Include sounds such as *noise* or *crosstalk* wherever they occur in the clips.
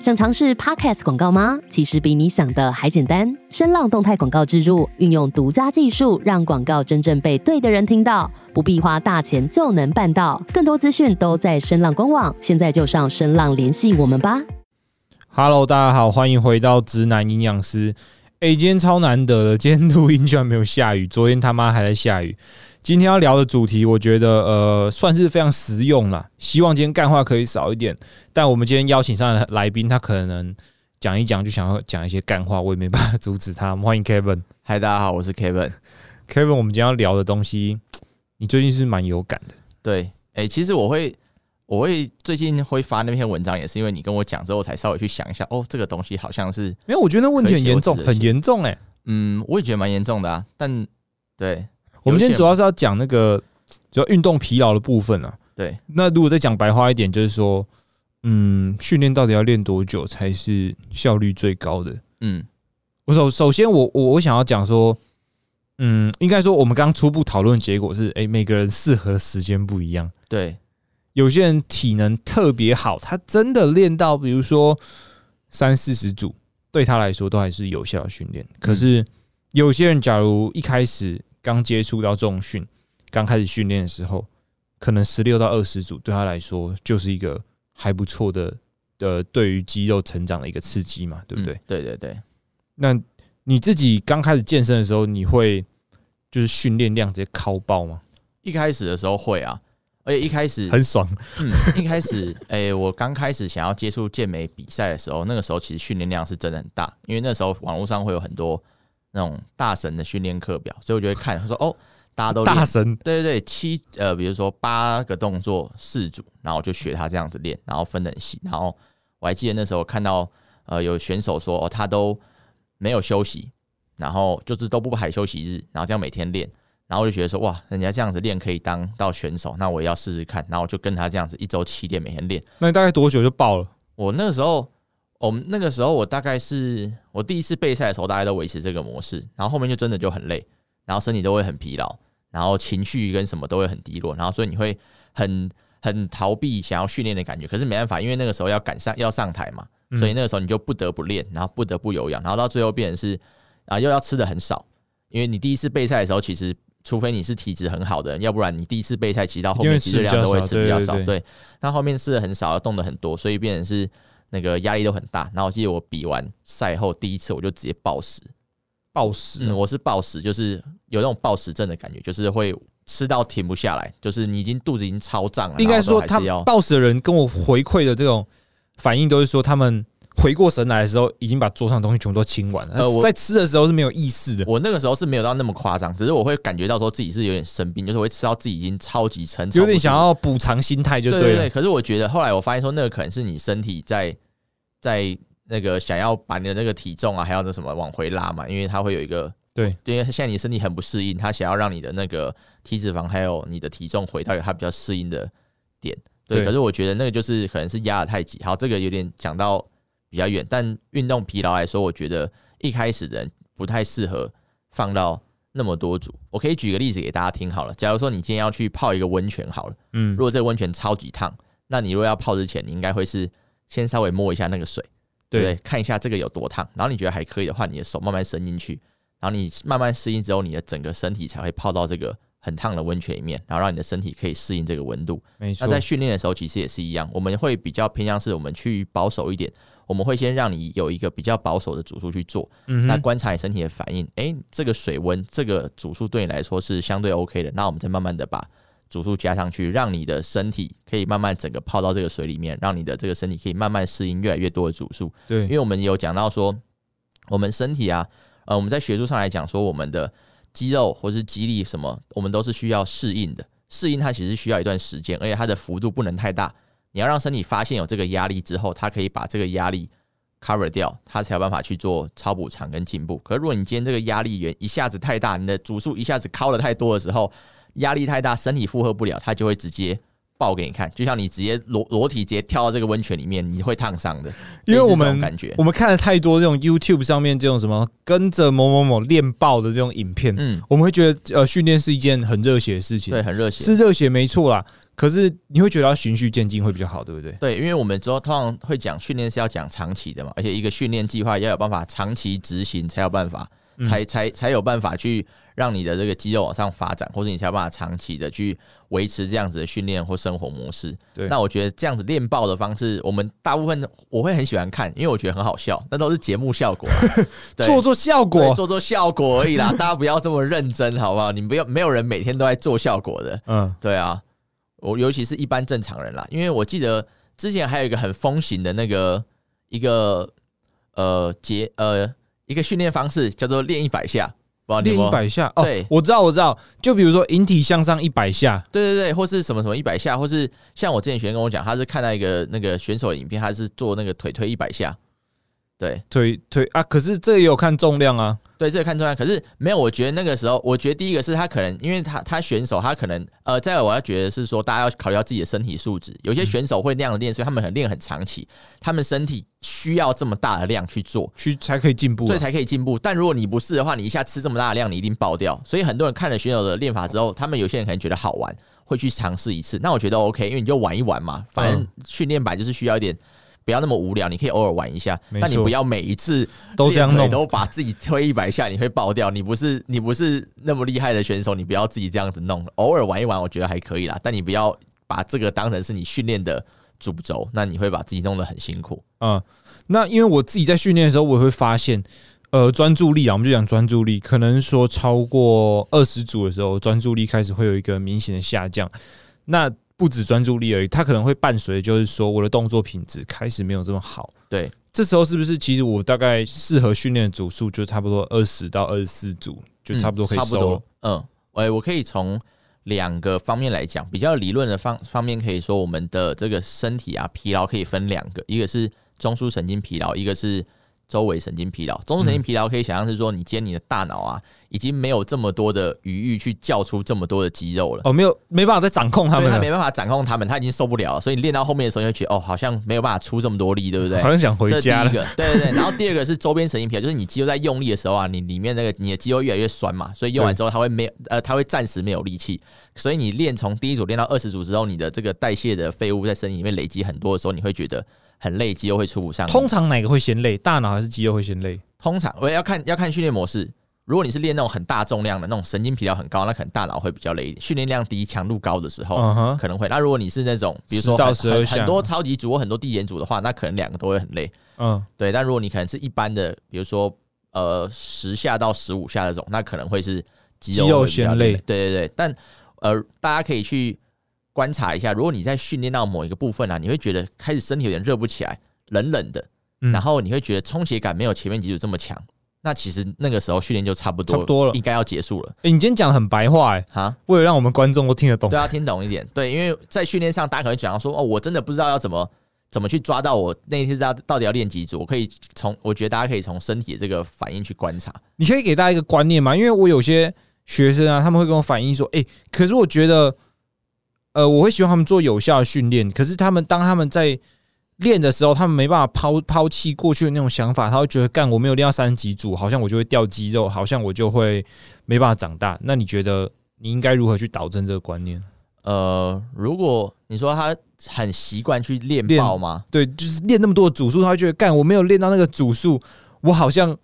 想尝试 Podcast 广告吗？其实比你想的还简单。声浪动态广告植入，运用独家技术，让广告真正被对的人听到，不必花大钱就能办到。更多资讯都在声浪官网，现在就上声浪联系我们吧。 Hello，大家好，欢迎回到直男营养师。哎、今天超难得的，今天录音居然没有下雨，昨天他妈还在下雨。今天要聊的主题，我觉得呃算是非常实用啦，希望今天干话可以少一点。但我们今天邀请上的来宾，他可能讲一讲就想要讲一些干话，我也没办法阻止他。欢迎 Kevin，Kevin，嗨，大家好，我是 Kevin。我们今天要聊的东西，你最近是蛮有感的。对，哎、其实我会，我会最近会发那篇文章，也是因为你跟我讲之后，我才稍微去想一下，哦，这个东西好像是，没有，我觉得那问题很严重，可惜我只很是严重哎、嗯，我也觉得蛮严重的啊。但对我们今天有一些主要是要讲那个主要运动疲劳的部分啊。对，那如果再讲白话一点，就是说，嗯，训练到底要练多久才是效率最高的？嗯我首首先我，我我想要讲说，嗯，应该说我们刚刚初步讨论的结果是，诶，每个人适合的时间不一样，对，嗯有些人体能特别好，他真的练到比如说三四十组，对他来说都还是有效的训练。可是有些人，假如一开始刚接触到重训，刚开始训练的时候，可能十六到二十组对他来说就是一个还不错的的对于肌肉成长的一个刺激嘛，对不对？嗯对对对，那你自己刚开始健身的时候，你会就是训练量直接敲爆吗？一开始的时候会啊，而且一开始很爽，嗯，一开始， *laughs* 哎、我刚开始想要接触健美比赛的时候，那个时候其实训练量是真的很大，因为那时候网络上会有很多那种大神的训练课表，所以我就会看，他说哦，大家都练大神对对对，七呃，比如说八个动作四组，然后我就学他这样子练，然后分得很细。然后我还记得那时候看到呃有选手说哦，他都没有休息，然后就是都不排休息日，然后这样每天练，然后我就觉得说哇，人家这样子练可以当到选手，那我也要试试看。然后我就跟他这样子一周七天每天练。那你大概多久就爆了？我那个时候，我们那个时候我大概是我第一次备赛的时候，大概都维持这个模式，然后后面就真的就很累，然后身体都会很疲劳，然后情绪跟什么都会很低落，然后所以你会很很逃避想要训练的感觉，可是没办法，因为那个时候要赶上要上台嘛，嗯所以那个时候你就不得不练，然后不得不有氧，然后到最后变成是啊、又要吃的很少，因为你第一次备赛的时候其实。除非你是体质很好的人，要不然你第一次备赛，其实到后一定面会吃其实比量较都会少吃比较对少。对对对，那后面吃的很少，动的很多，所以变成是那个压力都很大。然后我记得我比完赛后第一次，我就直接暴食。暴食嗯，我是暴食，就是有那种暴食症的感觉，就是会吃到停不下来，就是你已经肚子已经超胀了。应该啊然后说都还是他要暴食的人跟我回馈的这种反应，都是说他们回过神来的时候，已经把桌上的东西全部都清完了。呃我在吃的时候是没有意识的，我那个时候是没有到那么夸张，只是我会感觉到说自己是有点生病，就是我会吃到自己已经超级撑，有点超想不舒服要补偿心态就对对对了。可是我觉得后来我发现说，那个可能是你身体在在那个想要把你的那个体重啊，还有那什么往回拉嘛，因为它会有一个对，因为现在你身体很不适应，它想要让你的那个体脂肪还有你的体重回到它比较适应的点。对，对可是我觉得那个就是可能是压的太紧。好，这个有点讲到比较远，但运动疲劳来说，我觉得一开始的人不太适合放到那么多组。我可以举个例子给大家听好了。假如说你今天要去泡一个温泉好了。嗯如，果这个温泉超级烫，那你如果要泡之前，你应该会是先稍微摸一下那个水，对不对对，看一下这个有多烫，然后你觉得还可以的话，你的手慢慢伸进去，然后你慢慢适应之后，你的整个身体才会泡到这个很烫的温泉里面，然后让你的身体可以适应这个温度。没错那。在训练的时候，其实也是一样，我们会比较偏向是我们去保守一点，我们会先让你有一个比较保守的组数去做，嗯那哼，观察你身体的反应，诶，这个水温这个组数对你来说是相对 OK 的，那我们再慢慢的把组数加上去，让你的身体可以慢慢整个泡到这个水里面，让你的这个身体可以慢慢适应越来越多的组数。因对，为我们有讲到说，我们身体啊，呃，我们在学术上来讲说，我们的肌肉或是肌力什么，我们都是需要适应的。适应它其实需要一段时间，而且它的幅度不能太大。你要让身体发现有这个压力之后，它可以把这个压力 cover 掉，它才有办法去做超补偿跟进步。可是如果你今天这个压力源一下子太大，你的组数一下子靠的太多的时候，压力太大，身体负荷不了，它就会直接爆给你看。就像你直接裸裸体直接跳到这个温泉里面，你会烫伤的。因为我类似这种们感觉，我们看了太多这种 YouTube 上面这种什么跟着某某某练爆的这种影片，嗯，我们会觉得呃训练是一件很热血的事情对，，很热血，是热血没错啦。可是你会觉得要循序渐进会比较好，对不对？对，因为我们之后通常会讲训练是要讲长期的嘛，而且一个训练计划要有办法长期执行，才有办法，嗯才才才有办法去让你的这个肌肉往上发展，或者你才有办法长期的去维持这样子的训练或生活模式。对那我觉得这样子练爆的方式，我们大部分我会很喜欢看，因为我觉得很好笑，那都是节目效果 *laughs* 啊，对做做效对果，做做效果而已啦，大家不要这么认真，好不好？你不要没有人每天都在做效果的，嗯，对啊，我尤其是一般正常人啦，因为我记得之前还有一个很风行的那个一个呃节呃一个训练方式叫做练一百下，不知道你有练没一有？百下哦对，我知道我知道，就比如说引体向上一百下，对对对，或是什么什么一百下，或是像我之前学生跟我讲，他是看到一个那个选手的影片，他是做那个腿推一百下，对腿腿啊，可是这也有看重量啊，对，这个看重要。可是没有，我觉得那个时候，我觉得第一个是他可能，因为他他选手他可能呃，再来我要觉得是说，大家要考虑到自己的身体素质。嗯有些选手会那样练，所以他们很练很长期，他们身体需要这么大的量去做，去才可以进步啊、所以才可以进步。但如果你不是的话，你一下吃这么大的量，你一定爆掉。所以很多人看了选手的练法之后，他们有些人可能觉得好玩，会去尝试一次。那我觉得 OK，因为你就玩一玩嘛，反嗯正训练版就是需要一点。不要那么无聊，你可以偶尔玩一下，没但你错不要每一次都这样练腿弄，都把自己推一百下，你会爆掉。你不是你不是那么厉害的选手，你不要自己这样子弄，偶尔玩一玩，我觉得还可以啦。但你不要把这个当成是你训练的主轴，那你会把自己弄得很辛苦。嗯，那因为我自己在训练的时候，我也会发现，呃，专注力啊，我们就讲专注力，可能说超过二十组的时候，专注力开始会有一个明显的下降。那不止专注力而已，它可能会伴随就是说我的动作品质开始没有这么好。对，这时候是不是其实我大概适合训练的组数就差不多二十到二十四组，就差不多可以嗯差不收了多。。嗯，哎、我可以从两个方面来讲，比较理论的方方面可以说，我们的这个身体啊疲劳可以分两个，一个是中枢神经疲劳，一个是周围神经疲劳。中枢神经疲劳可以想象是说，你今天你的大脑啊已经没有这么多的余裕去叫出这么多的肌肉了。哦，没有，没办法再掌控他对们他了没，办法掌控他们，他已经受不了了，所以你练到后面的时候，你会觉得哦，好像没有办法出这么多力，对不对？好像想回这是第家一了。个，对对对。然后第二个是周边神经疲劳，就是你肌肉在用力的时候啊，你里面那个你的肌肉越来越酸嘛，所以用完之后它会没有呃，它会暂时没有力气。所以你练从第一组练到二十组之后，你的这个代谢的废物在身体里面累积很多的时候，你会觉得很累，肌肉会出不上力。通常哪个会先累？大脑还是肌肉会先累？通常我要看要看训练模式。如果你是练那种很大重量的那种神经疲劳很高，那可能大脑会比较累一点。训练量低、强度高的时候，嗯哼，可能会。那如果你是那种比如说10到很12很下很多超级组或很多地减组的话，那可能两个都会很累。嗯，对，但如果你可能是一般的，比如说呃十下到十五下那种，那可能会是肌肌肉肉会比较先累累的。对对对，但呃，大家可以去观察一下，如果你在训练到某一个部分啊，你会觉得开始身体有点热不起来，冷冷的，嗯然后你会觉得充血感没有前面几组这么强。那其实那个时候训练就差不多，差不多了应该要结束了欸、你今天讲的很白话、欸，哈。为了让我们观众都听得懂对，啊要听懂一点。对，因为在训练上，大家可能会讲到说，哦，我真的不知道要怎么怎么去抓到我那一天到到底要练几组。我可以从，我觉得大家可以从身体的这个反应去观察。你可以给大家一个观念嘛？因为我有些学生啊，他们会跟我反映说，哎、可是我觉得，呃，我会希望他们做有效的训练，可是他们当他们在练的时候，他们没办法抛抛弃过去的那种想法，他会觉得，干我没有练到三十几组，好像我就会掉肌肉，好像我就会没办法长大。那你觉得你应该如何去导正这个观念？呃，如果你说他很习惯去练练爆吗？对，就是练那么多的组数，他会觉得，干我没有练到那个组数，我好像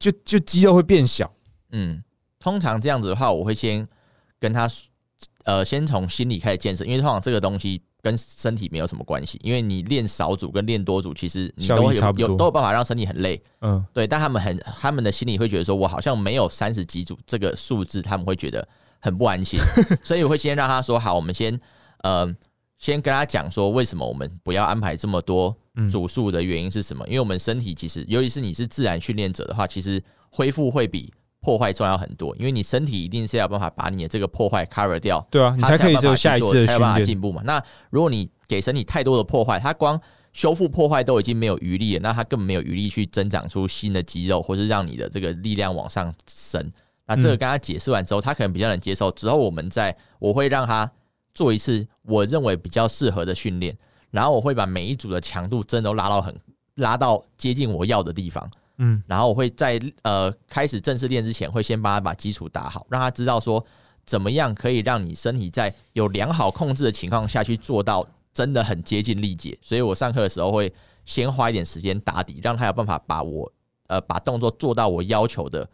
就就肌肉会变小。嗯，通常这样子的话，我会先跟他呃，先从心理开始建设，因为通常这个东西跟身体没有什么关系，因为你练少组跟练多组，其实你效都益有差不有多都有办法让身体很累。嗯，对，但他们很，他们的心里会觉得说，我好像没有三十几组这个数字，他们会觉得很 *laughs* 不安心，所以我会先让他说，好，我们先，呃，先跟他讲说，为什么我们不要安排这么多嗯组数的原因是什么？因为我们身体其实，尤其是你是自然训练者的话，其实恢复会比破坏重要很多，因为你身体一定是要有办法把你的这个破坏 cover 掉，对啊，你它才可以有办只有法下一去做次的才有训办法练。进步嘛。那如果你给身体太多的破坏，它光修复破坏都已经没有余力了，那它根本没有余力去增长出新的肌肉，或是让你的这个力量往上升。那这个跟他解释完之后，他可能比较能接受。之后我们再，我会让他做一次我认为比较适合的训练，然后我会把每一组的强度真的都拉到很拉到接近我要的地方。嗯，然后我会在呃开始正式练之前，会先帮他把基础打好，让他知道说怎么样可以让你身体在有良好控制的情况下去做到真的很接近力竭。所以我上课的时候会先花一点时间打底，让他有办法把我呃把动作做到我要求的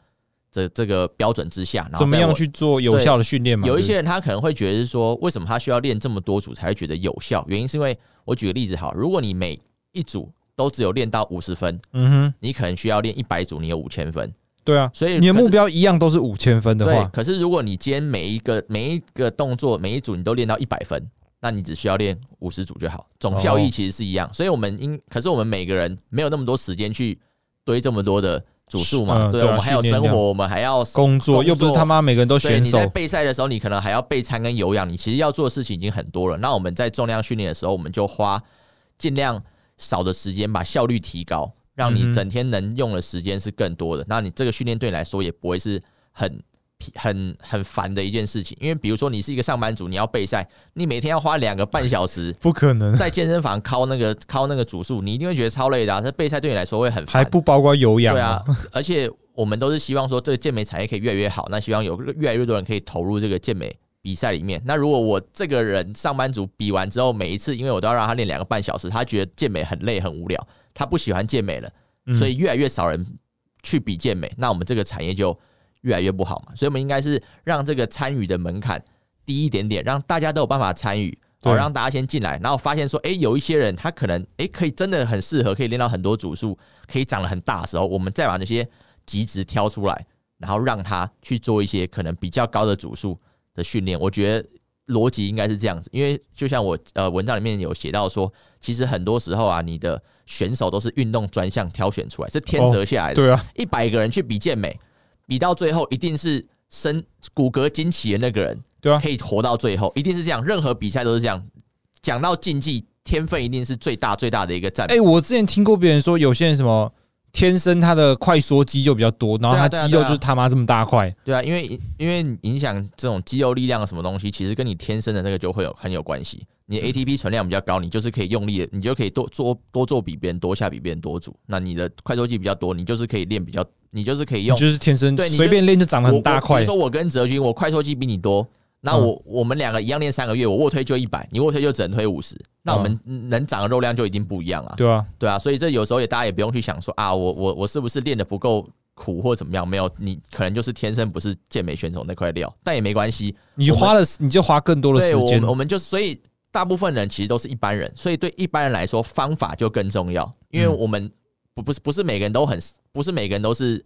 这这个标准之下。然后怎么再样我去做有效的训练嘛？有一对些人他可能会觉得是说，为什么他需要练这么多组才会觉得有效？原因是因为我举个例子好，如果你每一组都只有练到五十分，不对嗯哼，你可能需要练一百组，你有五千分。对啊，所以你的可是目标一样都是五千分的对，话，可是如果你今天每一个每一个动作每一组你都练到一百分，那你只需要练五十组就好，总效哦益其实是一样。所以我们应可是我们每个人没有那么多时间去堆这么多的组数嘛，嗯对，对啊我们还有训练生量活，我们还要工作又不是他妈每个人都对，选你在手，备赛的时候，你可能还要备餐跟有氧，你其实要做的事情已经很多了。那我们在重量训练的时候，我们就花尽量少的时间把效率提高，让嗯哼你整天能用的时间是更多的。那你这个训练对你来说也不会是很疲很很烦的一件事情，因为比如说你是一个上班族，你要备赛，你每天要花两个半小时不可能，在健身房敲那个敲那个组数，你一定会觉得超累的、啊。这备赛对你来说会很还烦，不包括有氧对啊，而且我们都是希望说这个健美产业可以越来越好，那希望有越来越多人可以投入这个健美比赛里面。那如果我这个人上班族比完之后，每一次因为我都要让他练两个半小时，他觉得健美很累很无聊，他不喜欢健美了，嗯所以越来越少人去比健美，那我们这个产业就越来越不好嘛。所以我们应该是让这个参与的门槛低一点点，让大家都有办法参与。对好，让大家先进来，然后发现说，诶，有一些人他可能，诶，可以真的很适合，可以练到很多组数，可以长得很大的时候，我们再把那些极值挑出来，然后让他去做一些可能比较高的组数的训练。我觉得逻辑应该是这样子，因为就像我呃文章里面有写到说，其实很多时候啊，你的选手都是运动专项挑选出来，是天择下来的。对啊，一百、个人去比健美，比到最后一定是身骨骼惊奇的那个人，对啊可以活到最后，一定是这样。任何比赛都是这样。讲到竞技，天分一定是最大最大的一个占比。哎、我之前听过别人说，有些人什么天生他的快缩肌就比较多，然后对他啊对啊肌肉对啊就是他妈这么大块，对啊，因为因为影响这种肌肉力量什么东西，其实跟你天生的那个就会有很有关系。你的 ATP 存量比较高，你就是可以用力的，你就可以多做多做比别人多下比别人多组。那你的快速肌比较多，你就是可以练比较，你就是可以你用就是天生对你就随便练就长得我很大我比块嗯如，说我跟哲君，我快速肌比你多，那我、我们两个一样练三个月，我卧推就一百，你卧推就只能推五十，那我们能长的肉量就一定不一样了。嗯对啊，对啊，所以这有时候也大家也不用去想说啊，我我我是不是练得不够苦或怎么样？没有，你可能就是天生不是健美选手那块料，但也没关系。你花了你就花更多的对时我间们，我们就所以大部分人其实都是一般人，所以对一般人来说方法就更重要，因为嗯我们不不是不是每个人都很不是每个人都是。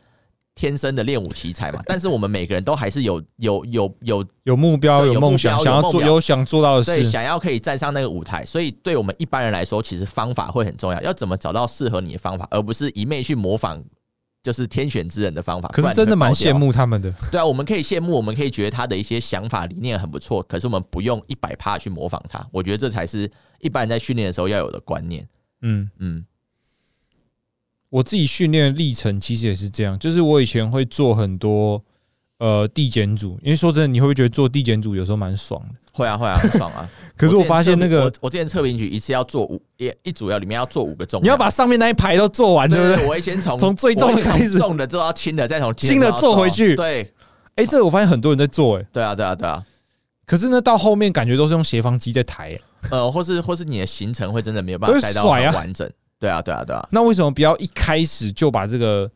天生的练武 *laughs* 奇才嘛，但是我们每个人都还是有有有有有目标对有有梦目想，标想有要做梦想有想做到的对事，想要可以站上那个舞台，所以对我们一般人来说，其实方法会很重要，要怎么找到适合你的方法，而不是一昧去模仿就是天选之人的方法。可不是然真的你会蛮爆掉羡。慕他们的，对啊，我们可以羡慕，我们可以觉得他的一些想法理念很不错，可是我们不用一百趴去模仿他。我觉得这才是一般人在训练的时候要有的观念。嗯。嗯我自己训练的历程其实也是这样，就是我以前会做很多呃递减组，因为说真的，你会不会觉得做递减组有时候蛮爽的？会啊，会啊，很 *laughs* 爽啊！可是之我前发现测那评个我我之前测评局一次要做五一一组要里面要做五个重量，你要把上面那一排都做完，对对不对？我会先从从最重的我会先从开始重的做到轻的，再从轻的到做回重去对，哎、这个我发现很多人在做、哎，对啊，对啊，对啊，可是呢，到后面感觉都是用斜方肌在抬、哎呃，或是或是你的行程会真的没有办都法会带到甩啊很完整，对啊，对啊，对啊，那为什么不要一开始就把这个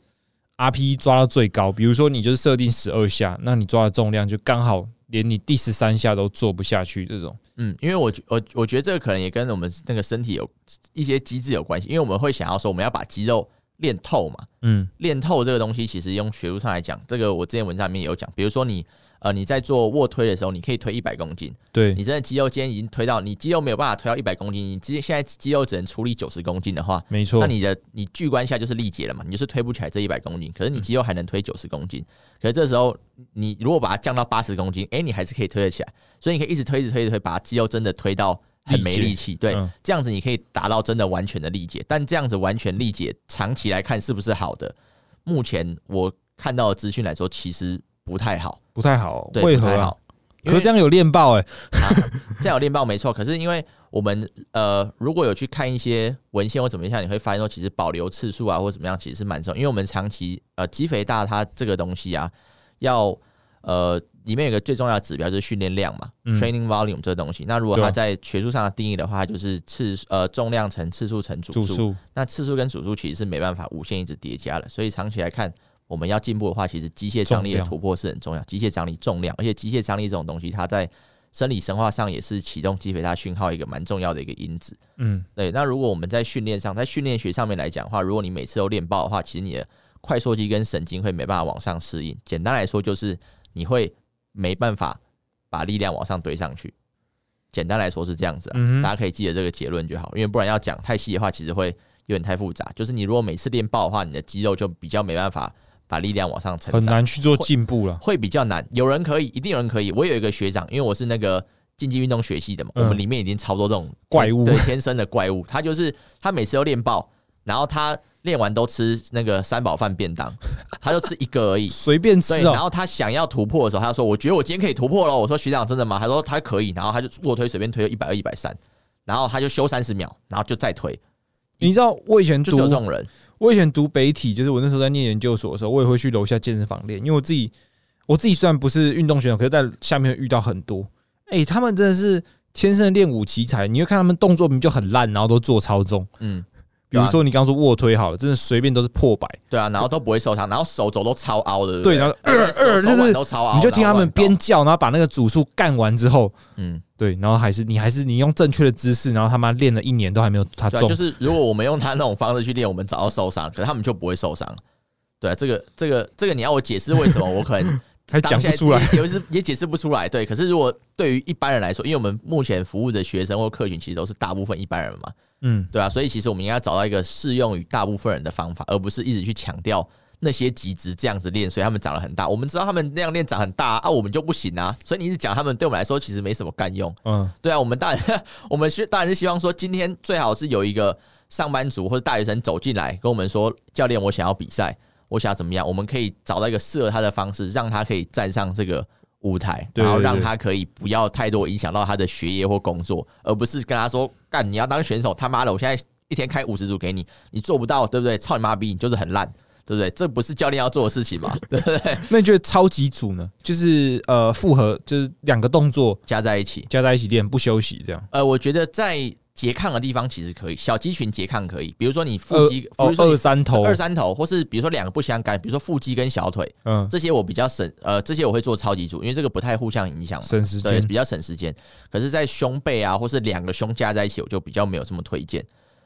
RP 抓到最高？比如说你就是设定十二下，那你抓的重量就刚好连你第十三下都做不下去，这种嗯，因为我觉我我觉得这个可能也跟我们那个身体有一些机制有关系，因为我们会想要说我们要把肌肉练透嘛，嗯练透这个东西其实用学术上来讲，这个我之前文章里面也有讲，比如说你呃你在做卧推的时候，你可以推一百公斤，对你真的肌肉今天已经推到你肌肉没有办法推到一百公斤，你肌现在肌肉只能出力九十公斤的话，没错那，你的你巨关下就是力竭了嘛，你就是推不起来这一百公斤，可是你肌肉还能推九十公斤，可是这时候你如果把它降到八十公斤，哎、你还是可以推得起来，所以你可以一直推，一直推，一直推，把它肌肉真的推到很没力气，对，嗯这样子你可以达到真的完全的力竭，但这样子完全力竭，长期来看是不是好的？目前我看到的资讯来说，其实不太好，不太好，对，为不何太啊？好。可因是为这样有练爆哎、这样有练爆没错，可是因为我们呃，如果有去看一些文献或怎么样，你会发现说，其实保留次数啊，或怎么样，其实是蛮重要，因为我们长期呃，肌肥大它这个东西啊，要呃，里面有个最重要的指标就是训练量嘛、嗯 t r a i n i n g volume 这东西。那如果它对在学术上的定义的话，它就是次呃重量乘次数乘组组数。数那次数跟组数其实是没办法无限一直叠加的，所以长期来看，我们要进步的话，其实机械张重力的量突破是很重要。机械张力重量，而且机械张力这种东西，它在生理生化上也是启动肌肥大讯号一个蛮重要的一个因子。嗯，对，那如果我们在训练上，在训练学上面来讲的话，如果你每次都练爆的话，其实你的快缩肌跟神经会没办法往上适应。简单来说，就是你会没办法把力量往上堆上去。简单来说是这样子啊，嗯哼大家可以记得这个结论就好，因为不然要讲太细的话，其实会有点太复杂。就是你如果每次练爆的话，你的肌肉就比较没办法把力量往上成很长，难去做进步了。会比较难。有人可以，一定有人可以。我有一个学长，因为我是那个竞技运动学系的嘛，嗯我们里面已经超多这种怪物。对，天生的怪物。他就是他每次都练爆，然后他练完都吃那个三宝饭便当，他就吃一个而已随便吃对，然哦，后他想要突破的时候，他就说：“我觉得我今天可以突破了。”我说：“学长，真的吗？”他说：“他可以。”然后他就卧推随便推一百二、一百三，然后他就休三十秒，然后就再推，你知道我以前就是读有这种人。我以前读北体，就是我那时候在念研究所的时候，我也会去楼下健身房练，因为我自己我自己虽然不是运动选手，可是在下面遇到很多，哎、他们真的是天生的练武奇才，你会看他们动作明明就很烂，然后都做超重，嗯，比如说你刚刚说卧推好了，真的随便都是破百，对啊，然后都不会受伤，然后手肘都超凹的，对，不然后哎二手二手就腕是都超凹，你就听他然们后腕边叫，然后把那个组数干完之后，高嗯。对，然后还是你还是你用正确的姿势，然后他妈练了一年都还没有他对啊、重，就是如果我们用他那种方式去练，我们早就受伤，可是他们就不会受伤。对啊、这个这个这个你要我解释为什么，我可能还当 *laughs* 讲下不出来。也解释也解释不出来。对，可是如果对于一般人来说，因为我们目前服务的学生或客群其实都是大部分一般人嘛，嗯，对啊，所以其实我们应该找到一个适用于大部分人的方法，而不是一直去强调那些极值这样子练，所以他们长得很大。我们知道他们那样练长很大啊，啊我们就不行啊，所以你一直讲他们，对我们来说其实没什么干用。嗯，对啊，我们当然， *laughs* 我们是当然是希望说，今天最好是有一个上班族或者大学生走进来跟我们说，教练，我想要比赛，我想要怎么样，我们可以找到一个适合他的方式，让他可以站上这个舞台，对然后对对让他可以不要太多影响到他的学业或工作，而不是跟他说，干你要当选手，他妈的，我现在一天开五十组给你，你做不到，对不对？操你妈逼，你就是很烂。对不对？这不是教练要做的事情嘛？对不对？那你觉得超级组呢？就是呃复合，就是两个动作加在一起，加在一起练，不休息这样。呃，我觉得在拮抗的地方其实可以，小肌群拮抗可以，比如说你腹二肌，比哦如说二你三头，呃二三头，或是比如说两个不相干，比如说腹肌跟小腿，嗯，这些我比较省，呃，这些我会做超级组，因为这个不太互相影响嘛，省时对，间。比较省时间。可是，在胸背啊，或是两个胸加在一起，我就比较没有这么推荐，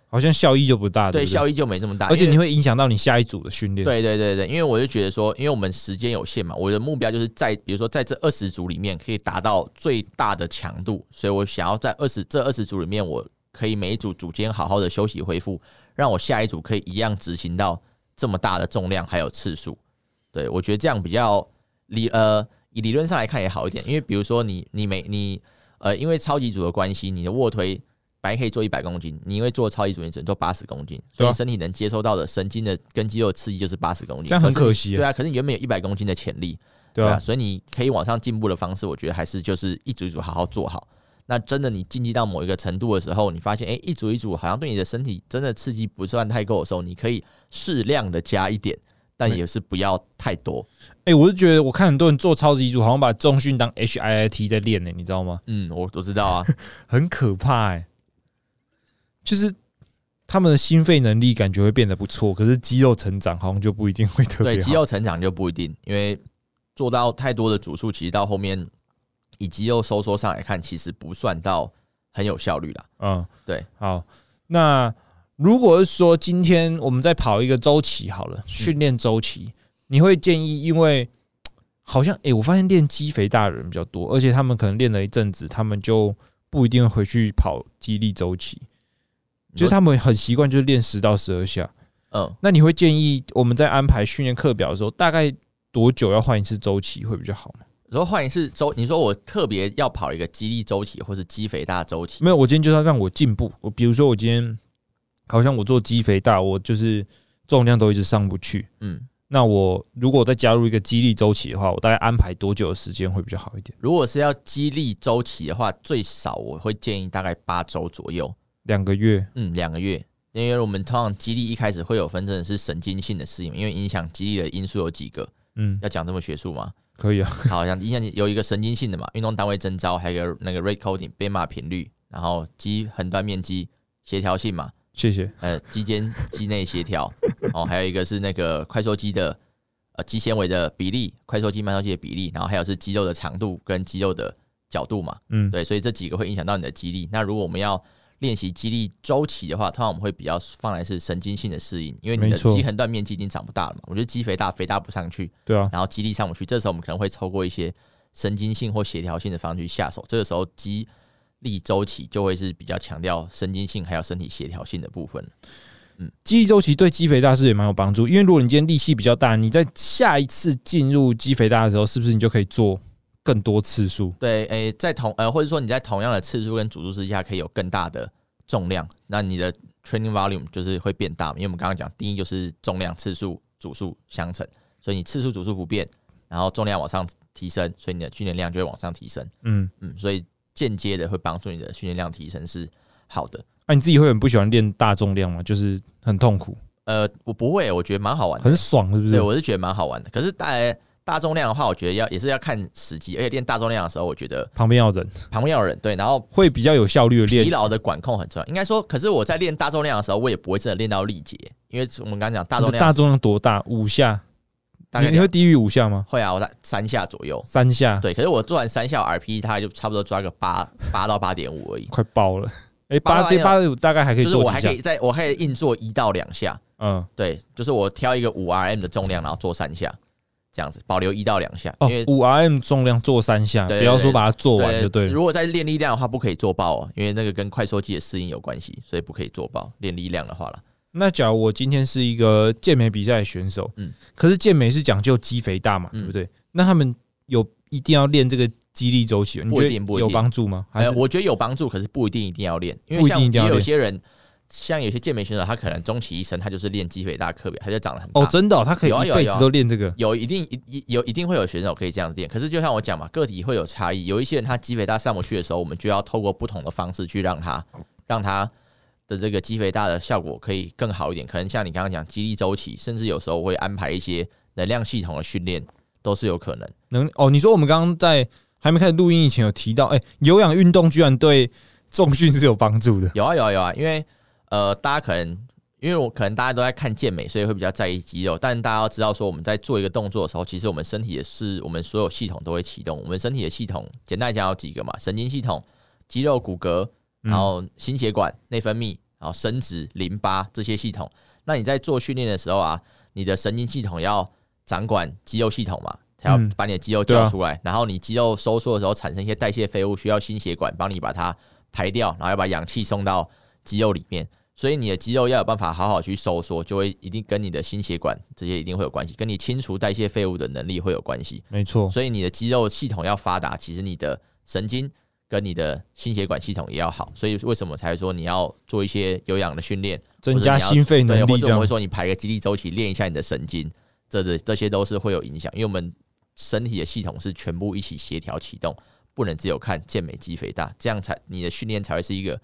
好像效益就不大，对，不效益就没这么大，而且因为你会影响到你下一组的训练。，对对对对，因为我就觉得说，因为我们时间有限嘛，我的目标就是在比如说在这二十组里面可以达到最大的强度，所以我想要在二十这二十组里面，我可以每一组组间好好的休息恢复，让我下一组可以一样执行到这么大的重量还有次数。对我觉得这样比较理呃，以理论上来看也好一点，因为比如说你你每你呃，因为超级组的关系，你的卧推本来可以做一百公斤，你因为做超级组，你只能做八十公斤，所对啊以身体能接收到的神经的跟肌肉的刺激就是八十公斤，这样很是你可惜啊对啊，可是你原本有一百公斤的潜力，对啊，吧？所以你可以往上进步的方式，我觉得还是就是一组一组好好做好。那真的你竞技到某一个程度的时候，你发现哎、诶一组一组好像对你的身体真的刺激不算太够的时候，你可以适量的加一点，但没也是不要太多。哎，我是觉得我看很多人做超级组，好像把重训当 HIIT 在练呢，你知道吗？嗯，我我知道啊，很可怕哎，就是他们的心肺能力感觉会变得不错，可是肌肉成长好像就 *laughs* 不一定会特别对好。肌肉成长就不一定，因为做到太多的组数，其实到后面以肌肉收缩上来看，其实不算到很有效率啦。嗯，对，好，那如果是说今天我们再跑一个周期好了，训练周期，你会建议，因为好像诶、我发现练肌肥大的人比较多，而且他们可能练了一阵子，他们就不一定会回去跑肌力周期，就是他们很习惯就是练十到十二下。嗯，那你会建议我们在安排训练课表的时候，大概多久要换一次周期会比较好吗？然后换一次周，你说我特别要跑一个肌力周期或是肌肥大周期，没有，我今天就是要让我进步。我比如说，我今天好像我做肌肥大，我就是重量都一直上不去。嗯。那我如果再加入一个激励周期的话，我大概安排多久的时间会比较好一点？如果是要激励周期的话，最少我会建议大概八周左右，两个月，嗯，两个月。因为我们通常激励一开始会有分，真的是神经性的适应，因为影响激励的因素有几个，嗯，要讲这么学术吗？可以啊，好像印象有一个神经性的嘛，运动单位征招，还有一个那个 rate coding 编码频率，然后肌横断面积协调性嘛，谢谢。呃，肌间肌内协调，哦，还有一个是那个快缩肌的呃肌纤维的比例，快缩肌慢缩肌的比例，然后还有是肌肉的长度跟肌肉的角度嘛，嗯，对，所以这几个会影响到你的肌力。那如果我们要练习肌力周期的话，通常我们会比较放来是神经性的适应，因为你没的错肌横断面积已经长不大了嘛，我觉得肌肥大肥大不上去，对啊，然后肌力上不去，这时候我们可能会透过一些神经性或协调性的方式去下手，这个时候肌力周期就会是比较强调神经性还有身体协调性的部分。肌力周期对肌肥大是也蛮有帮助，因为如果你今天力气比较大，你在下一次进入肌肥大的时候，是不是你就可以做更多次数？对，诶、在同呃或者说你在同样的次数跟组数之下，可以有更大的重量，那你的 training volume 就是会变大嘛，因为我们刚刚讲，第一就是重量、次数、组数相乘，所以你次数、组数不变，然后重量往上提升，所以你的训练量就会往上提升。嗯，嗯，所以间接的会帮助你的训练量提升是好的。啊，你自己会很不喜欢练大重量吗？就是很痛苦，呃，我不会，我觉得蛮好玩的，很爽，是不对是？我是觉得蛮好玩的。可是大大重量的话，我觉得要也是要看时机，而且练大重量的时候，我觉得旁边要有人，旁边要有人对，然后会比较有效率的疲练。劳的管控很重要。应该说，可是我在练大重量的时候，我也不会真的练到力竭，因为我们刚刚讲大重你的大量重量多大？五下，大你概你两会低于五下吗？会啊，我在三下左右。三下，对，可是我做完三下 RP，大概就差不多抓个八八到八点五而已，快爆了。哎，八八到对八八五大概还可以就是做我几还下可以？在我还可以硬做一到两下。嗯，对，就是我挑一个五 RM 的重量，然后做三下，这样子保留一到两下，哦因为，五 RM 重量做三下，对不要说把它做完就对了。如果在练力量的话，不可以做爆哦，因为那个跟快缩肌的适应有关系，所以不可以做爆。练力量的话了，那假如我今天是一个健美比赛的选手，嗯可是健美是讲究肌肥大嘛，嗯对不对？那他们有一定要练这个肌力周期，你不觉一定得不一有定帮助吗？还呃，是我觉得有帮助，可是不一定一定要练，因不为一定像一定要也有练些人，像有些健美选手，他可能终其一生，他就是练肌肥大课表，他就长得很大。哦，真的哦，他可以有啊一有啊辈有啊子都练这个，有一定一一有一定会有选手可以这样练，可是就像我讲嘛，个体会有差异。有一些人他肌肥大上不去的时候，我们就要透过不同的方式去让他让他的这个肌肥大的效果可以更好一点。可能像你刚刚讲肌力周期，甚至有时候我会安排一些能量系统的训练，都是有可能。能哦。你说我们刚刚在还没开始录音以前有提到，哎、有氧运动居然对重训是有帮助的，有啊有啊有啊，因为呃，大家可能因为我可能大家都在看健美，所以会比较在意肌肉，但大家要知道说，我们在做一个动作的时候，其实我们身体也是我们所有系统都会启动。我们身体的系统简单来讲有几个嘛，神经系统、肌肉、骨骼，然后心血管、内分泌，然后生殖、淋巴这些系统。那你在做训练的时候啊，你的神经系统要掌管肌肉系统嘛，它要嗯把你的肌肉对啊叫出来，然后你肌肉收缩的时候产生一些代谢废物，需要心血管帮你把它排掉，然后要把氧气送到肌肉里面。所以你的肌肉要有办法好好去收缩，就会一定跟你的心血管这些一定会有关系，跟你清除代谢废物的能力会有关系。没错，所以你的肌肉系统要发达，其实你的神经跟你的心血管系统也要好。所以为什么才说你要做一些有氧的训练，增加心肺对，能或力这者我们样会。说你排个肌力周期，练一下你的神经，这这这些都是会有影响，因为我们身体的系统是全部一起协调启动，不能只有看健美肌肥大，这样才你的训练才会是一个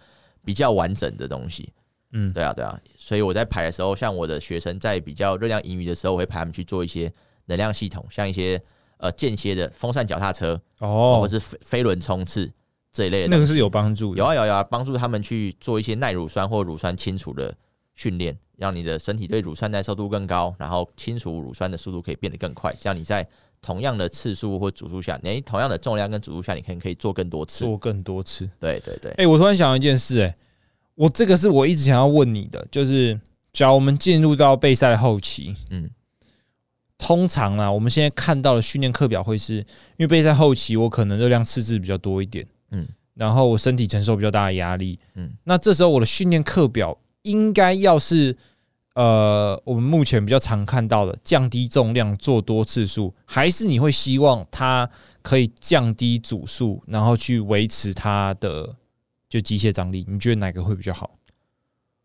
比较完整的东西。嗯对啊，对啊，所以我在排的时候，像我的学生在比较热量盈余的时候，我会排他们去做一些能量系统，像一些呃间歇的风扇脚踏车，或哦，是飞飞轮冲刺这一类的东西那个是有帮助的有。啊有啊有啊，帮助他们去做一些耐乳酸或乳酸清除的训练，让你的身体对乳酸耐受度更高，然后清除乳酸的速度可以变得更快。这样你在同样的次数或组数下，你同样的重量跟组数下，你可能可以做更多次。做更多次。对对对哎、，我突然想到一件事、哎，我这个是我一直想要问你的，就是假如我们进入到备赛的后期，嗯，通常啊，我们现在看到的训练课表会是，因为备赛后期我可能热量赤字比较多一点，嗯，然后我身体承受比较大的压力，嗯，那这时候我的训练课表应该要是。呃，我们目前比较常看到的降低重量、做多次数，还是你会希望它可以降低组数，然后去维持它的就机械张力，你觉得哪个会比较好？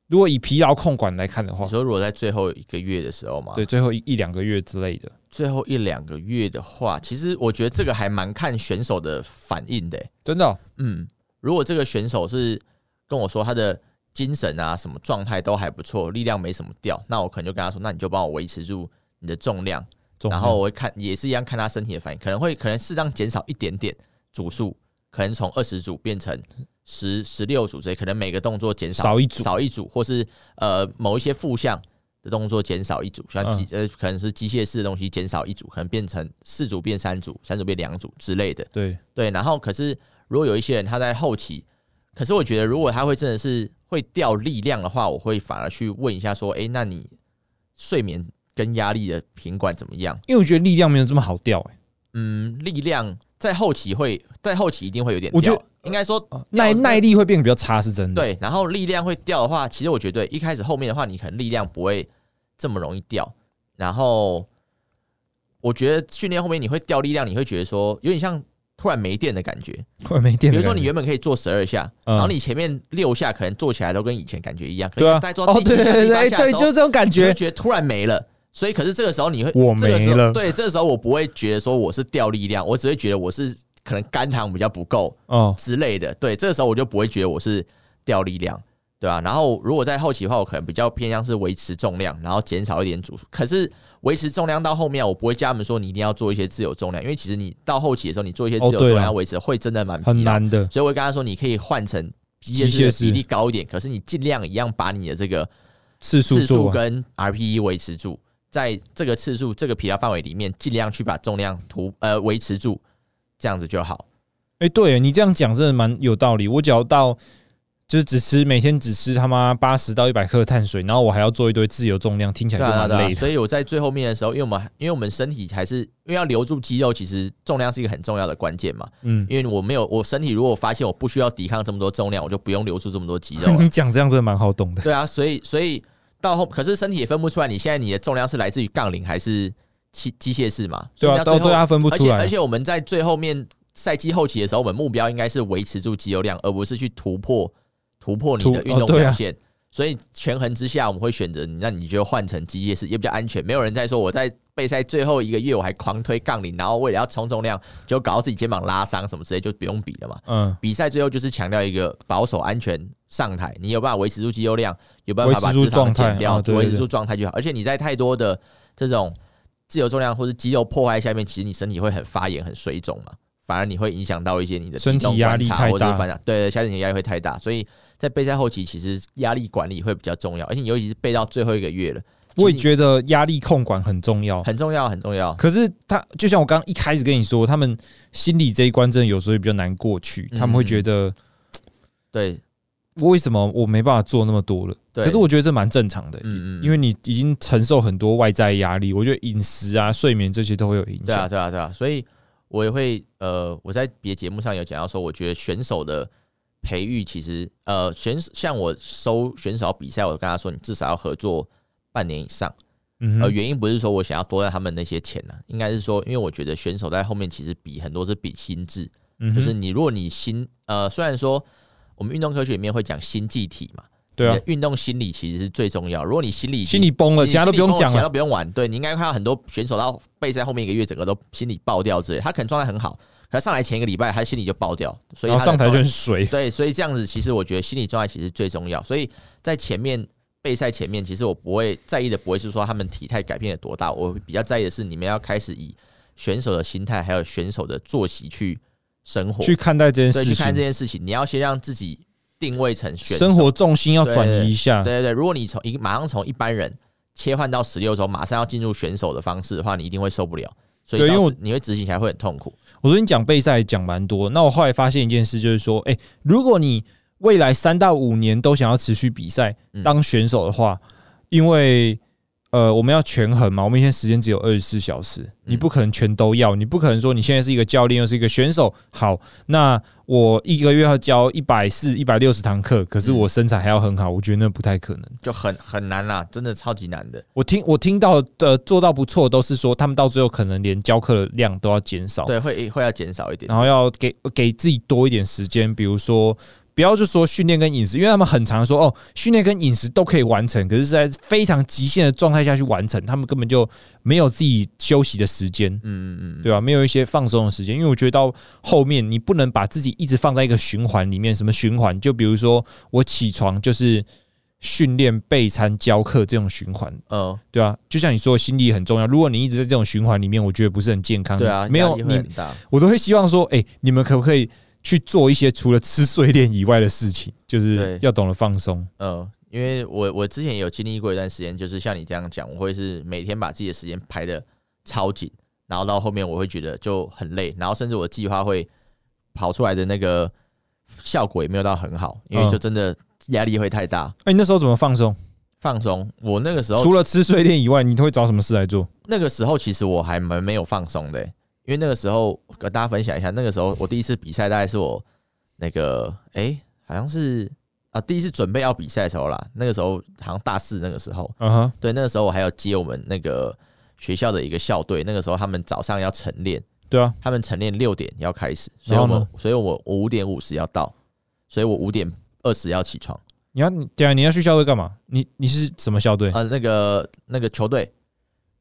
如果以疲劳控管来看的话你，说如果在最后一个月的时候嘛，对，最后一一两个月之类的，最后一两个月的话，其实我觉得这个还蛮看选手的反应的欸、真的哦、嗯，如果这个选手是跟我说他的精神啊什么状态都还不错，力量没什么掉，那我可能就跟他说，那你就帮我维持住你的重量重然后量我会看也是一样看他身体的反应，可能会可能适当减少一点点组数，可能从二十组变成十十六组之类，可能每个动作减少少一组少一组，或是呃某一些负项的动作减少一组，像机、呃可能是机械式的东西减少一组，可能变成四组变三组，三组变两组之类的。对对，然后可是如果有一些人他在后期，可是我觉得如果他会真的是会掉力量的话，我会反而去问一下说，诶，那你睡眠跟压力的品管怎么样？因为我觉得力量没有这么好掉、欸，嗯，力量在后期会在后期一定会有点掉，我觉得应该说啊耐耐力会变得比较差，是真的。，对，然后力量会掉的话，其实我觉得一开始后面的话，你可能力量不会这么容易掉。然后我觉得训练后面你会掉力量，你会觉得说有点像突然没电的感觉。会没电比的感觉。如说你原本可以做十二下，嗯然后你前面六下可能做起来都跟以前感觉一样，可对是啊，大家做到哦，第对七对下、对第八对下对，的就时是候，这种感你会觉。觉得突然没了。所以，可是这个时候你会，我这个时候没了对，这个时候我不会觉得说我是掉力量，我只会觉得我是可能肝糖比较不够，哦，之类的。对，这个时候我就不会觉得我是掉力量，对啊。然后如果在后期的话，我可能比较偏向是维持重量，然后减少一点组数。可是维持重量到后面，我不会叫他们说你一定要做一些自由重量，因为其实你到后期的时候，你做一些自哦由重对量啊要维持会真的蛮疲很劳。难的。所以我会跟他说，你可以换成机机械式的械式比例高一点，可是你尽量一样把你的这个次数次做数完，跟 RPE 维持住，在这个次数这个疲劳范围里面，尽量去把重量突呃维持住，这样子就好。哎、对你这样讲真的蛮有道理。我只要到就是只吃每天只吃他妈八十到一百克的碳水，然后我还要做一堆自由重量，听起来对就啊蛮对啊累的。所以我在最后面的时候，因为我们因为我们身体还是因为要留住肌肉，其实重量是一个很重要的关键嘛。嗯，因为我没有我身体，如果发现我不需要抵抗这么多重量，我就不用留住这么多肌 *laughs* 肉了。你讲这样真的蛮好懂 *laughs* 的。对啊，所以所以到后，可是身体也分不出来，你现在你的重量是来自于杠铃还是机机械式嘛？对所以啊，都到最后对他分不而出且来而。且我们在最后面赛季后期的时候，我们目标应该是维持住肌肉量，而不是去突破突破你突的运哦动对啊表现。所以权衡之下，我们会选择你，那你就换成机械式，也比较安全。没有人在说我在备赛最后一个月我还狂推杠铃，然后为了要冲重量，就搞到自己肩膀拉伤什么之类，就不用比了嘛。嗯，比赛最后就是强调一个保守、安全上台，你有办法维持住肌肉量，有办维法持把住脂肪状态减掉，啊对对维持对住状态就好。而且你在太多的这种自由重量或者肌肉破坏下面，其实你身体会很发炎、很水肿嘛，反而你会影响到一些你的身体体重压观力察太或者大是反对对，下体压力会太大，所以在备赛后期，其实压力管理会比较重要，而且你尤其是备到最后一个月了，我也其觉实得压力控管很重要你。很重要，很重要。可是他就像我刚刚一开始跟你说，他们心理这一关真的有时候也比较难过去，他嗯们会觉得对为什么我没办法做那么多了？对，可是我觉得这蛮正常的，嗯嗯嗯因为你已经承受很多外在压力，我觉得饮食啊、睡眠这些都会有影对啊，响。对啊，对啊，所以我也会呃，我在别节目上有讲到说，我觉得选手的培育其实呃，选像我收选手比赛，我跟他说，你至少要合作半年以上。嗯呃，哼，原因不是说我想要多赚他们那些钱呢、应该是说，因为我觉得选手在后面其实比很多是比心智，嗯哼就是你如果你心呃，虽然说我们运动科学里面会讲心技体嘛，对啊你，的运动心理其实是最重要。如果你心理已经心里崩了，呃你其他都不用讲其他都了。不用玩。对你应该看到很多选手到备赛后面一个月，整个都心理爆掉之类。他可能状态很好，可是上来前一个礼拜他心理就爆掉，所以然他后哦上的台状就态很水，对，所以这样子其实我觉得心理状态其实最重要。所以在前面备赛前面，其实我不会在意的，不会是说他们体态改变有多大，我比较在意的是你们要开始以选手的心态还有选手的作息去生活，去看待这件对事去看这情，件事情。你要先让自己定位成选手生活重心要转移一下。对对对，如果你从一个马上从一般人切换到十六周，马上要进入选手的方式的话，你一定会受不了。所以对导致因为我你会执行起来会很痛苦。我昨天讲备赛讲蛮多，那我后来发现一件事，就是说，哎、如果你未来三到五年都想要持续比赛嗯当选手的话，因为呃我们要权衡嘛，我们一天时间只有二十四小时，你不可能全都要，你不可能说你现在是一个教练又是一个选手，好，那我一个月要教一百四、一百六十堂课，可是我身材还要很好，我觉得那不太可能。就很很难啦，真的超级难的。我听我听到的做到不错，都是说他们到最后可能连教课的量都要减少，对，会会要减少一点然。后要给给自己多一点时间，比如说不要就说训练跟饮食，因为他们很常说哦，训练跟饮食都可以完成，可是是在非常极限的状态下去完成，他们根本就没有自己休息的时间，嗯嗯嗯，对吧、啊没有一些放松的时间，因为我觉得到后面你不能把自己一直放在一个循环里面，什么循环？就比如说我起床就是训练、备餐、教课这种循环，呃，对啊，就像你说，心理很重要。如果你一直在这种循环里面，我觉得不是很健康。对啊，没压有力会你很，大，我都会希望说，哎、你们可不可以去做一些除了吃睡练以外的事情？就是对要懂得放松。呃，因为我我之前也有经历过一段时间，就是像你这样讲，我会是每天把自己的时间排的超紧，然后到后面我会觉得就很累，然后甚至我计划会跑出来的那个效果也没有到很好，嗯因为就真的压力会太大。哎、你那时候怎么放松？放松，我那个时候除了吃睡练以外，你都会找什么事来做？那个时候其实我还蛮没有放松的欸、因为那个时候跟大家分享一下，那个时候我第一次比赛大概是我那个哎、诶好像是啊第一次准备要比赛的时候啦，那个时候好像大四那个时候，嗯哼，对，那个时候我还有接我们那个学校的一个校队，那个时候他们早上要晨练，对啊，他们晨练六点要开始，所以然我后们呢所以我我五点五十要到，所以我五点二十要起床，你要你等一下你要去校队干嘛？你你是什么校队？呃，那个那个球队，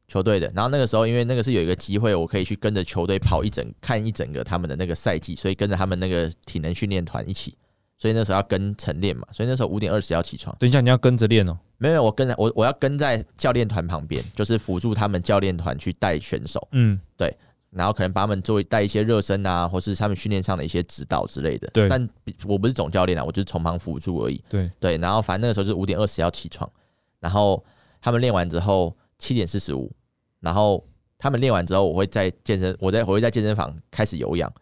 球队的。然后那个时候，因为那个是有一个机会，我可以去跟着球队跑一整看一整个他们的那个赛季，所以跟着他们那个体能训练团一起。所以那时候要跟晨练嘛，所以那时候五点二十要起床。等一下你要跟着练哦。没有，我跟在我我要跟在教练团旁边，就是辅助他们教练团去带选手，嗯，然后可能把他们做带一些热身啊，或是他们训练上的一些指导之类的。对但比我不是总教练啊，我就是从旁辅助而已。对，对，然后反正那个时候就是五点二十要起床，然后他们练完之后七点四十五，然后他们练完之后，我会在健身，我在我会在健身房开始有氧，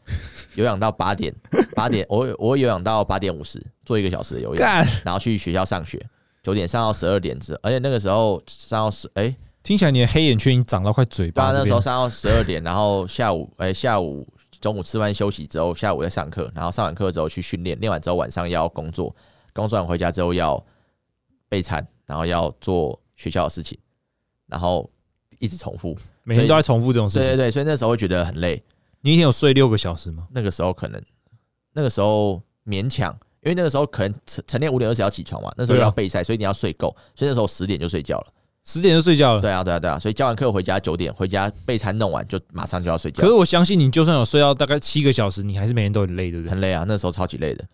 有氧到八点，八点我会我会有氧到八点五十，做一个小时的有氧，干，然后去学校上学，九点上到十二点之，而且那个时候上到十，哎、听起来你的黑眼圈已经长到快嘴对啊巴，这那时边候了。上到十二点，然后下午，哎、下午中午吃完休息之后，下午再上课，然后上完课之后去训练，练完之后晚上要工作，工作完回家之后要备餐，然后要做学校的事情，然后一直重复。每天都在重复这种事对对情。对，所以那时候会觉得很累。你一天有睡六个小时吗？那个时候可能，那个时候勉强，因为那个时候可能晨晨练五点二十要起床嘛，那时候对啊嗯要备赛，所以你要睡够，所以那时候十点就睡觉了。十点就睡觉了。对啊，对啊，对啊，所以教完课回家九点，回家备餐弄完就马上就要睡觉可。是我相信你，就算有睡到大概七个小时，你还是每天都很累，对不对？很累啊，那时候超级累的，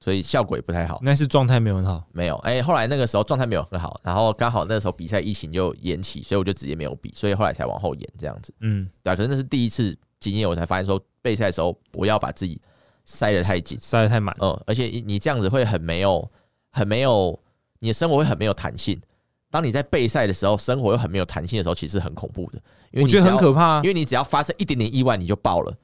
所以效果也不太好。那是状态没有很好。没有，哎、后来那个时候状态没有很好，然后刚好那时候比赛疫情就延期，所以我就直接没有比，所以后来才往后延这样子，嗯，对啊，可是那是第一次经验，我才发现说备赛的时候不要把自己塞得太紧，塞得太满。嗯，而且你你这样子会很没有，很没有，你的生活会很没有弹性。当你在备赛的时候，生活又很没有弹性的时候，其实很恐怖的，因我为你觉得只很要可怕、啊因，为你只要发生一点点意外，你就爆了。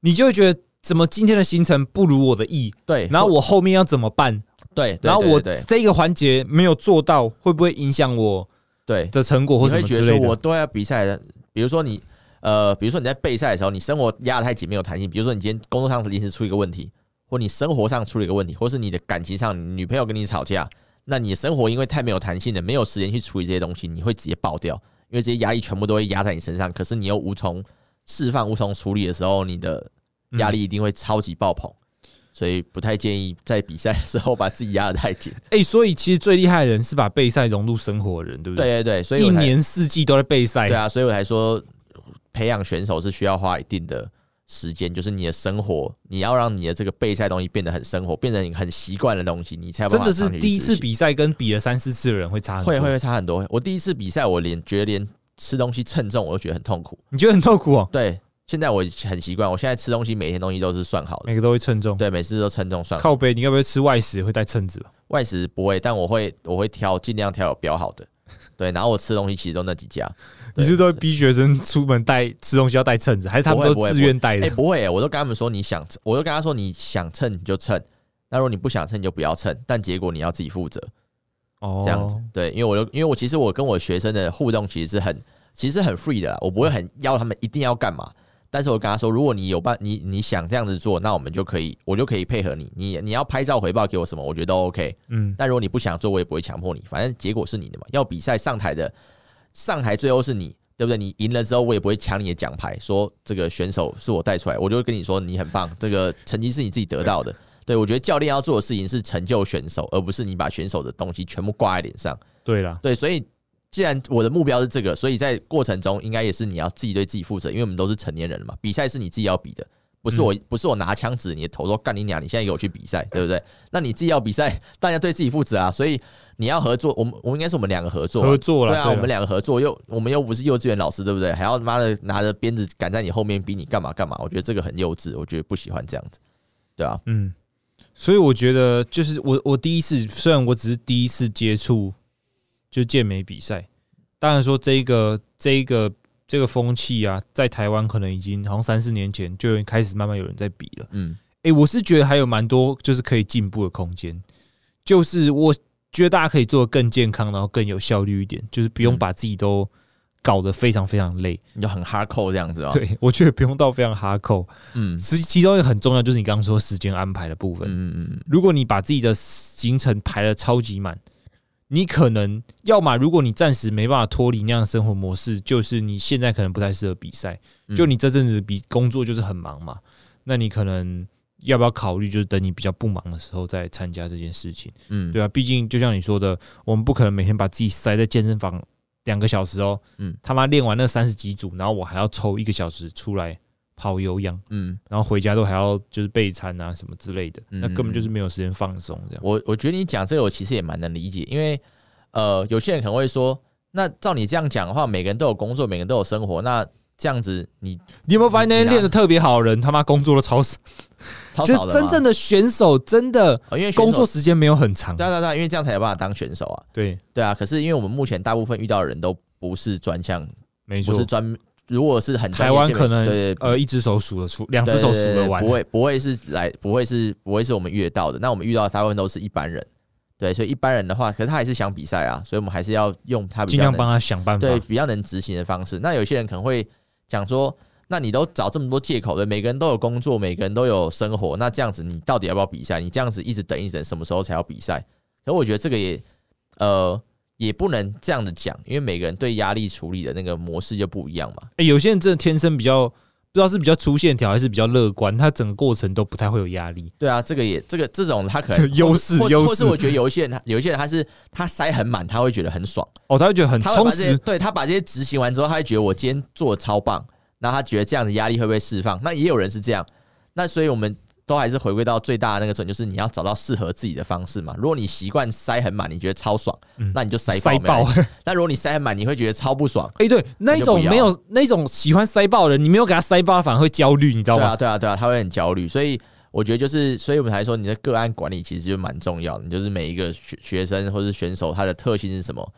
你就会觉得怎么今天的行程不如我的意，对，然后我后面要怎么办？对，哎对然后我对对这个环节没有做到，会不会影响我对的成果或你什会么觉之得说类我的？都要比赛的，比如说你呃，比如说你在备赛的时候，你生活压得太紧，没有弹性。比如说你今天工作上临时出一个问题，或你生活上出了一个问题，或是你的感情上你女朋友跟你吵架，那你的生活因为太没有弹性了，没有时间去处理这些东西，你会直接爆掉，因为这些压力全部都会压在你身上，可是你又无从释放、无从处理的时候，你的嗯压力一定会超级爆棚。所以不太建议在比赛的时候把自己压得太紧。哎、所以其实最厉害的人是把备赛融入生活的人，对不 *laughs* 对？对对对，所以一我才年四季都在备赛。对啊，所以我才说培养选手是需要花一定的时间，就是你的生活，你要让你的这个备赛东西变得很生活，变成你很习惯的东西，你才有办真法的是长期去第一次执行比赛跟比了三四次的人会差很多，会会会差很多。我第一次比赛，我连觉得连吃东西称重我都觉得很痛苦。你觉得很痛苦哦。对，现在我很习惯，我现在吃东西每天东西都是算好的，每个都会称重，对，每啊次都称重算好。靠背，你要不要吃外食会带秤子吧？外食不会，但我会我会挑尽量挑有标好的，对，然后我吃东西其实都那几家。 *laughs* 你对是不是都会逼学生出门带吃东西要带秤子，还是他们不都会不会自愿带哎、的？不会、欸，我都跟他们说你想，我都跟他说你想蹭你就蹭，那如果你不想蹭你就不要蹭，但结果你要自己负责哦哎这样子。对，因为我就因为我其实我跟我学生的互动其实是很其实很 free 的啦，我不会很要他们一定要干嘛。但是我跟他说，如果你有办，你你想这样子做，那我们就可以，我就可以配合你。你你要拍照回报给我什么，我觉得都 OK。嗯，但如果你不想做，我也不会强迫你，反正结果是你的嘛。要比赛上台的，上台最后是你，对不对？你赢了之后，我也不会抢你的奖牌，说这个选手是我带出来，我就会跟你说你很棒，这个成绩是你自己得到的。对我觉得教练要做的事情是成就选手，而不是你把选手的东西全部挂在脸上。对啦，对，所以既然我的目标是这个，所以在过程中应该也是你要自己对自己负责，因为我们都是成年人了嘛，比赛是你自己要比的。不是我，嗯不是我拿枪指你的头说干你娘！你现在给我去比赛，对不对？那你自己要比赛，大家对自己负责啊。所以你要合作，我们我们应该是我们两个合作啊，合作了，对啊，啦我们两个合作又我们又不是幼稚园老师，对不对？还要妈的拿着鞭子赶在你后面逼你干嘛干嘛？我觉得这个很幼稚，我觉得不喜欢这样子，对啊，嗯，所以我觉得就是我我第一次，虽然我只是第一次接触就健美比赛，当然说这一个这一个这个风气啊，在台湾可能已经好像三四年前就开始慢慢有人在比了。嗯诶、我是觉得还有蛮多就是可以进步的空间，就是我觉得大家可以做的更健康，然后更有效率一点，就是不用嗯把自己都搞得非常非常累。你就很哈扣这样子哦，，对我觉得不用到非常哈扣，嗯其其中一个很重要就是你刚刚说时间安排的部分。嗯嗯嗯如果你把自己的行程排的超级满，你可能要么如果你暂时没办法脱离那样的生活模式，就是你现在可能不太适合比赛，嗯，就你这阵子比工作就是很忙嘛，那你可能要不要考虑，就是等你比较不忙的时候再参加这件事情，嗯对啊，毕竟就像你说的，我们不可能每天把自己塞在健身房两个小时哦，嗯他妈练完那三十几组，然后我还要抽一个小时出来跑有氧。嗯，然后回家都还要就是备餐啊什么之类的，嗯那根本就是没有时间放松这样。我我觉得你讲这个我其实也蛮能理解，因为呃有些人可能会说，那照你这样讲的话，每个人都有工作，每个人都有生活，那这样子你你有没有发现那些你啊练的特别好的人，他妈工作都超少，超就少的是嘛，真正的选手真的呃因为选工手作时间没有很长对。啊对啊对啊，因为这样才有办法当选手啊，对，对啊，可是因为我们目前大部分遇到的人都不是专项没不错是，专，如果是很专台业湾健美可能对对呃一只手数得出，两只对手数对对得完不。会不会是来不会是不会是我们遇得到的。那我们遇到的大部分都是一般人，对，所以一般人的话，可是他还是想比赛啊，所以我们还是要用他比尽较量能帮他想办法。对比较能执行的方式。那有些人可能会讲说。那你都找这么多借口的，每个人都有工作，每个人都有生活，那这样子你到底要不要比赛？你这样子一直等一直等，什么时候才要比赛？可我觉得这个也，呃，也不能这样子讲，因为每个人对压力处理的那个模式就不一样嘛。诶哎有些人真的天生比较不知道是比较粗线条还是比较乐观，他整个过程都不太会有压力。对啊，这个也这个这种他可能 *laughs* 优势或是优势或是我觉得有一些人他有一些人他是他塞很满，他会觉得很爽，哦，他会觉得很他会充把这些实。对他把这些执行完之后，他会觉得我今天做的超棒，那他觉得这样的压力会不会释放？那也有人是这样，那所以我们都还是回归到最大的那个准，就是你要找到适合自己的方式嘛。如果你习惯塞很满，你觉得超爽，嗯那你就塞塞爆爆。那如果你塞很满，你会觉得超不爽。哎，对，那一种那就不要没有那种喜欢塞爆的人，你没有给他塞爆，他反而会焦虑，你知道对吗啊，？对啊，对啊，他会很焦虑，所以我觉得就是，所以我们才说你的个案管理其实就蛮重要的，你就是每一个学学生或是选手他的特性是什么，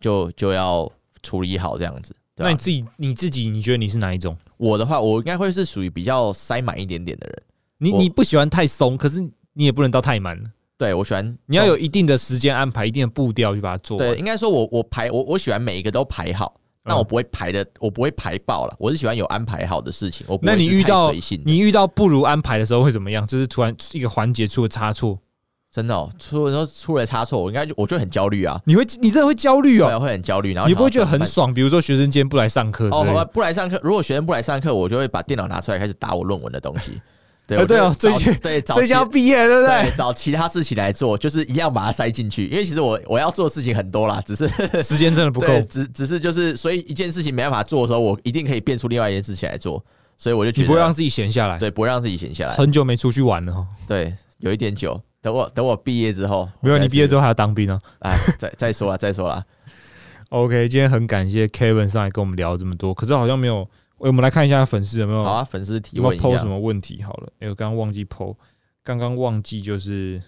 就就要处理好这样子。对那啊你自己你自己，你觉得你是哪一种？我的话，我应该会是属于比较塞满一点点的人，你我你不喜欢太松，可是你也不能到太满，对我喜欢你要有一定的时间安排，一定嗯的步调去把它做完。哦对，应该说我我排我我喜欢每一个都排好。那我不会排的，我不会排爆了。我是喜欢有安排好的事情，我不会那你是遇太到随性的你遇到不如安排的时候会怎么样？就是突然一个环节出了差错，真的、哦、出了出了差错，我应该就我就很焦虑啊，你会你真的会焦虑对啊，哦，会很焦虑，然后你想不会要觉得怎么很办爽？比如说学生今天不来上课之哦，类好吧，的，不来上课。如果学生不来上课，我就会把电脑拿出来开始打我论文的东 *laughs* 西。对，呃我就对哦找最近对找最其近要毕业了对不对对？找其他事情来做，就是一样把它塞进去。因为其实我我要做的事情很多啦，只是时间真的不够对，，只只是就是，所以一件事情没办法做的时候，我一定可以变出另外一件事情来做。所以我就觉你得不会让自己闲下来。对不会让自己闲下来。很久没出去玩了哦，对，有一点久。等我等我毕业之后，没有你毕业之后，后还要当兵啊。哎，再再说啦，再说啦。 OK，今天很感谢 Kevin 上来跟我们聊这么多，可是好像没有，我们来看一下粉丝有没有好啊，粉丝提有没问有一 PO 什下。么问题？好了，哎、我刚刚忘记 PO，刚刚忘记就是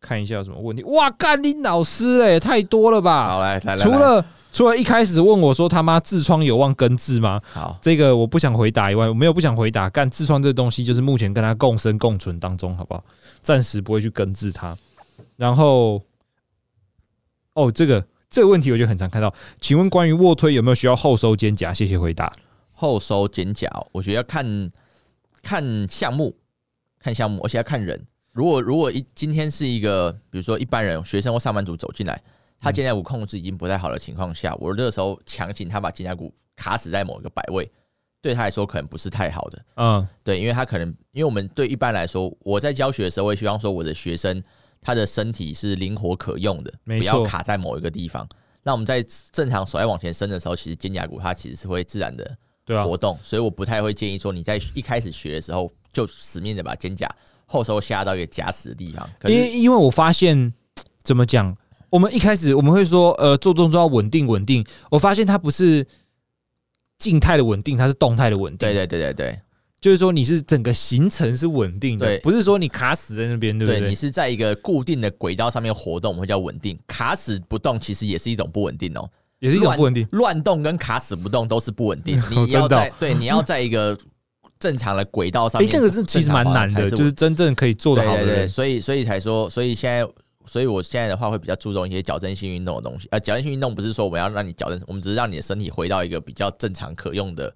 看一下有什么问题。哇，干林老师、哎，太多了吧？好，来来来，除来了除了一开始问我说他妈痔疮有望根治吗？好，这个我不想回答以外，我没有不想回答。干痔疮这东西就是目前跟它共生共存当中，好不好？暂时不会去根治它。然后，哦，这个这个问题我就很常看到，请问关于卧推有没有需要后收肩胛？谢谢回答。后收减甲哦，我觉得要看看项目，看项目，而且要看人。如果如果一今天是一个，比如说一般人、学生或上班族走进来，他嗯肩胛骨控制已经不太好的情况下，我这个时候强行他把肩胛骨卡死在某一个摆位，对他来说可能不是太好的。嗯，对，因为他可能，因为我们对一般来说，我在教学的时候，我也希望说我的学生他的身体是灵活可用的，没不要错卡在某一个地方。那我们在正常手在往前伸的时候，其实肩胛骨它其实是会自然的对啊，活动，所以我不太会建议说你在一开始学的时候就死命的把肩胛后收下到一个夹死的地方。可因是为因为我发现怎么讲，我们一开始我们会说，呃，做动作要稳定稳定。我发现它不是静态的稳定，它是动态的稳定。对对对对对就是说你是整个行程是稳定的对，不是说你卡死在那边，对不对对？你是在一个固定的轨道上面活动，我们会叫稳定。卡死不动其实也是一种不稳 *laughs* 定哦，也是一种不稳定。。乱动跟卡死不动都是不稳定 *laughs* 你真的哦要在对你要在一个正常的轨道上哎、面，那个是其实蛮难的，就是真正可以做得对好的对人，对，所以所以才说，所以现在，所以我现在的话会比较注重一些矫正性运动的东西。呃，矫正性运动不是说我们要让你矫正，我们只是让你的身体回到一个比较正常可用的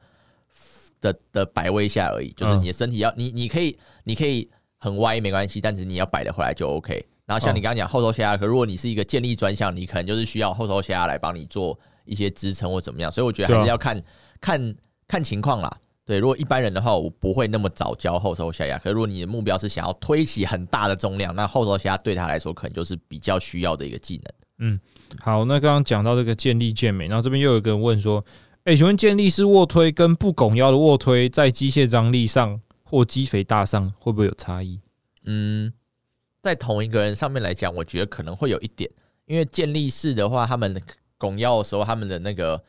的的摆位下而已。就是嗯你的身体要你你可以你可以很歪没关系，但是你要摆得回来就 OK。然后哦像你刚刚讲后头下压，可如果你是一个建立专项，你可能就是需要后头下压来帮你做一些支撑或怎么样。所以我觉得还对是啊要看、看看情况啦。对，如果一般人的话，我不会那么早教后手下压。可是如果你的目标是想要推起很大的重量，那后手下压对他来说可能就是比较需要的一个技能。好，那刚刚讲到这个建立健美，然后这边又有一个人问说，哎、请问健力式卧推跟不拱腰的卧推在机械张力上或肌肥大上会不会有差异？嗯，在同一个人上面来讲，我觉得可能会有一点，因为建立式的话，他们拱腰的时候，他们的那个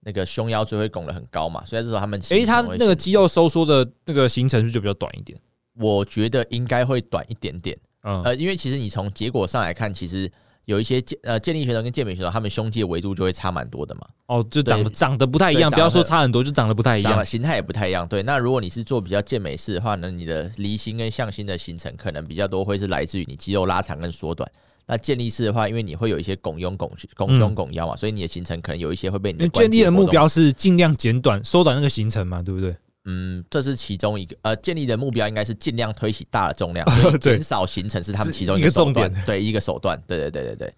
那个胸腰椎会拱得很高嘛，所以这时候他们哎、其实它常会那个显肌肉收缩的那个行程是不是就比较短一点？我觉得应该会短一点点。嗯，呃，因为其实你从结果上来看，其实有一些健呃健力选手跟健美选手，他们胸肌的维度就会差蛮多的嘛。哦，就长得对长得不太一样，对不要说长得差很多，就长得不太一长样得。形态也不太一样。对，那如果你是做比较健美式的话呢，你的离心跟向心的形成可能比较多，会是来自于你肌肉拉长跟缩短。那健力式的话，因为你会有一些拱胸、拱拱胸、拱腰嘛，所以你的形成可能有一些会被因你的为健力的关节活目动标，是尽量减短、缩短那个行程嘛，对不对？嗯，这是其中一个。呃，健力的目标应该是尽量推起大的 *laughs* 重量，所以对减少形成是他们是其中一个手重段点，对，一个手段，对对对对对，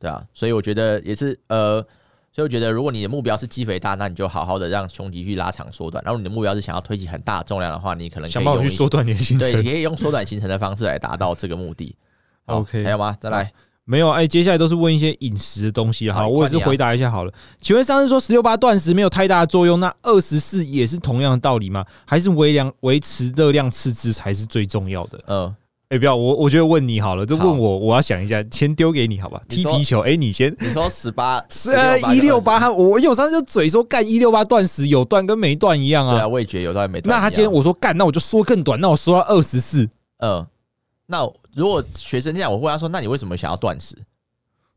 对啊。所以我觉得也是呃。所以我觉得，如果你的目标是肌肥大，那你就好好的让胸肌去拉长缩短。然后你的目标是想要推起很大的重量的话，你可能可想以办法用去一缩短你的行对，程。可以用缩短行程的方式来达到这个目的。好 OK 还有吗？再来， *laughs* 没有，哎、接下来都是问一些饮食的东西啊。好好，你我也是换你啊回答一下好了。请问上次说十六八断食没有太大的作用，那二十四也是同样的道理吗？还是微量维持热量赤字才是最重要的？嗯，哎、不要，我我觉得问你好了，这好问我，我要想一下，先丢给你好吧？你踢说皮球，哎、你先。你说十八 *laughs* 是呃一六八，，和我有上次就嘴说干一六八断食有断跟没断一样对啊，啊。味觉有段没断一样。那他今天我说干，那我就缩更短，那我缩到二十四。嗯，那如果学生这样，我问他说，那你为什么想要断食？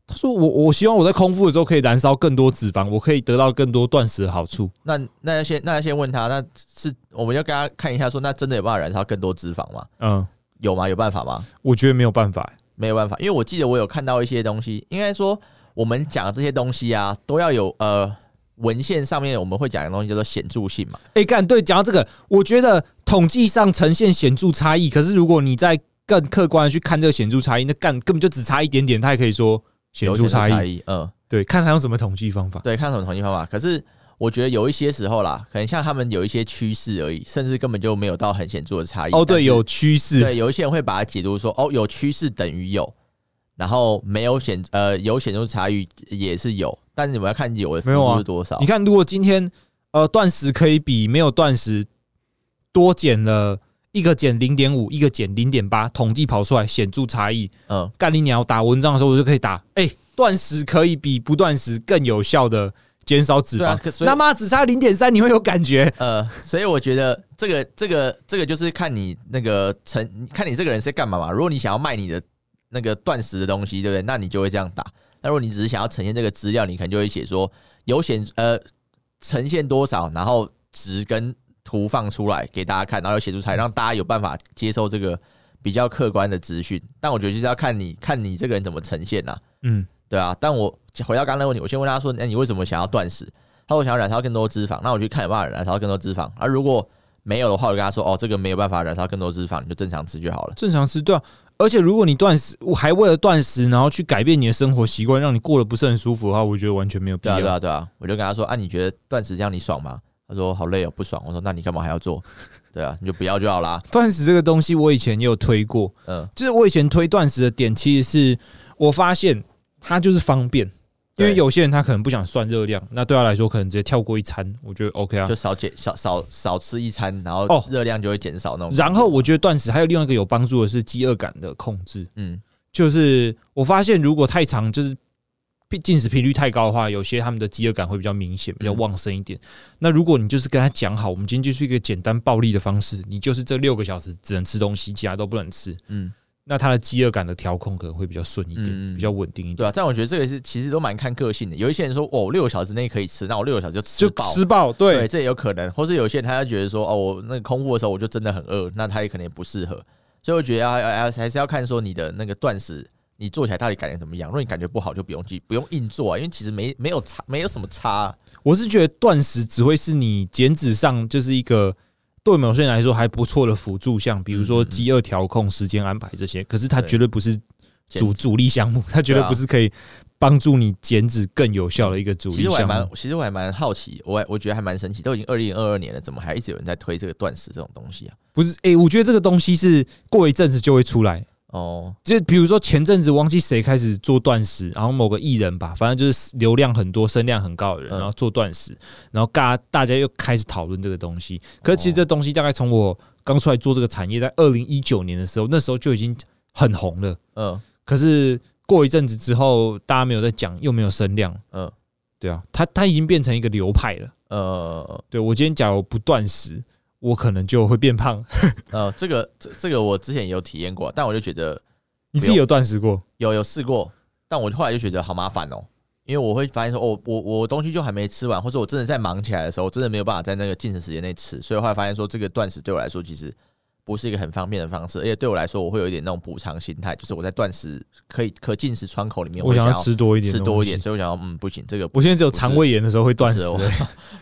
他说我我希望我在空腹的时候可以燃烧更多脂肪，我可以得到更多断食的好处。那那要先那要先问他，那是我们要跟他看一下说那真的有办法燃烧更多脂肪吗？嗯，有吗？有办法吗？我觉得没有办法、没有办法，因为我记得我有看到一些东西，应该说我们讲的这些东西啊，都要有呃文献上面我们会讲的东西叫做显著性嘛。哎、干对，讲到这个，我觉得统计上呈现显著差异，可是如果你再更客观的去看这个显著差异，那干根本就只差一点点，他也可以说显有著差异。异，嗯，对，看他用什么统计方法。对，看什么统计方法。可是我觉得有一些时候啦，可能像他们有一些趋势而已，甚至根本就没有到很显著的差异。哦，但对，是有趋势，对，有一些人会把它解读说，哦，有趋势等于有，然后没有显呃有显著差异也是有，但是你们要看有的幅没有啊度是多少。你看，如果今天呃断食可以比没有断食多减了一个减零点五，一个减零点八，统计跑出来显著差异。嗯，干你鸟打文章的时候，我就可以打，哎、断食可以比不断食更有效的减少脂对啊肪。可所以那妈只差零点三，你会有感觉？呃，所以我觉得这个这个这个就是看你那个成，看你这个人是在干嘛嘛。如果你想要卖你的那个断食的东西，对不对？那你就会这样打。那如果你只是想要呈现这个资料，你可能就会写说有显呃呈现多少，然后值跟图放出来给大家看，然后有写出来，让大家有办法接受这个比较客观的资讯。但我觉得就是要看你看你这个人怎么呈现啦、嗯，对啊，但我回到刚刚的问题，我先问他说：“哎那、你为什么想要断食？”他说：“我想要燃烧更多脂肪。”那我去看有办法燃烧更多脂肪。而、如果没有的话，我就跟他说：“哦，这个没有办法燃烧更多脂肪，你就正常吃就好了。正常吃对啊。而且如果你断食，我还为了断食，然后去改变你的生活习惯，让你过得不是很舒服的话，我觉得完全没有”必对啊，对要。啊，对啊。我就跟他说：“啊，你觉得断食这样你爽吗？”他说：“好累哦，不爽。”我说：“那你干嘛还要做？”对啊，你就不要就好啦。断食这个东西，我以前也有推过，嗯，就是我以前推断食的点，其实是我发现它就是方便，因为对有些人他可能不想算热量，那对他来说可能直接跳过一餐，我觉得 OK 啊 *laughs* 就。少减少少少吃一餐，然后哦热量就会减少那种感觉。然后我觉得断食还有另外一个有帮助的是饥饿感的控制，嗯，就是我发现如果太长，就是频进食频率太高的话，有些他们的饥饿感会比较明嗯显，比较旺盛一点。那如果你就是跟他讲好，我们今天就是一个简单暴力的方式，你就是这六个小时只能吃东西，其他都不能吃，嗯，那他的饥饿感的调控可能会比较顺一点，嗯嗯比较稳定一点。对啊。但我觉得这个是其实都蛮看个性的。有一些人说，哦，六个小时内可以吃，那我六个小时就吃就饱。吃爆，对对，这也有可能，或是有些人他就觉得说，哦，我那个空腹的时候我就真的很饿，那他也可能也不适合，所以我觉得要要要还是要看说你的那个断食，你做起来到底感觉怎么样。如果你感觉不好，就不用去不用硬做啊，因为其实没没有差，没有什么差啊、我是觉得断食只会是你减脂上就是一个对某些人来说还不错的辅助项，比如说嗯嗯嗯饥饿调控、时间安排这些。可是它对绝对不是减主脂主力项目，它绝对对啊不是可以帮助你减脂更有效的一个主啊其力实我还项蛮目。，其实我还蛮好奇，我还我觉得还蛮神奇，都已经二零二二年了，怎么还一直有人在推这个断食这种东西啊？不是，诶，我觉得这个东西是过一阵子就会出来。哦，就比如说前阵子忘记谁开始做断食，然后某个艺人吧，反正就是流量很多、声量很高的人，嗯然后做断食，然后大大家又开始讨论这个东西。可是其实这东西大概从我刚出来做这个产业，在二零一九年的时候，那时候就已经很红了。嗯可是过一阵子之后，大家没有在讲，又没有声量，嗯对啊，它它已经变成一个流派了。呃对我今天假如不断食，我可能就会变胖。呃，这个这这个我之前也有体验过，但我就觉得你自己有断食过？有有试过，但我后来就觉得好麻烦哦，因为我会发现说，哦，我我东西就还没吃完，或者我真的在忙起来的时候，我真的没有办法在那个进食时间内吃，所以后来发现说，这个断食对我来说其实不是一个很方便的方式，而且对我来说，我会有一点那种补偿心态，就是我在断食可以可进食窗口里面，我想想要吃多一点，吃多一点，。所以我想要嗯不行，这个我现在只有肠胃炎的时候会断食是，我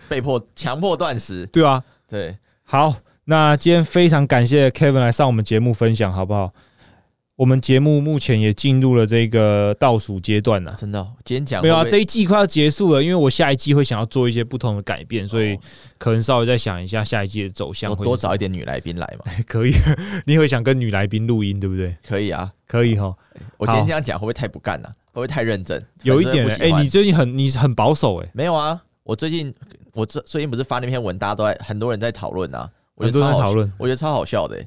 被迫强迫断食，对啊，对，好，那今天非常感谢 Kevin 来上我们节目分享，好不好？我们节目目前也进入了这个倒数阶段了。真的哦、今天讲没有啊，会不这会一季快要结束了，因为我下一季会想要做一些不同的改变，所以哦可能稍微再想一下下一季的走向我会是什么。多找一点女来宾来嘛，可以， *laughs* 你会想跟女来宾录音，对不对？可以啊，可以哈，我今天好这样讲会不会太不干了、啊会不会太认真？有一粉丝点会欸不喜哎、欢你最近很你很保守哎、没有啊，我最近我最最近不是发那篇文，大家都在很多人在讨论啊，我很觉多得超人在好讨论，我觉得超好笑的欸、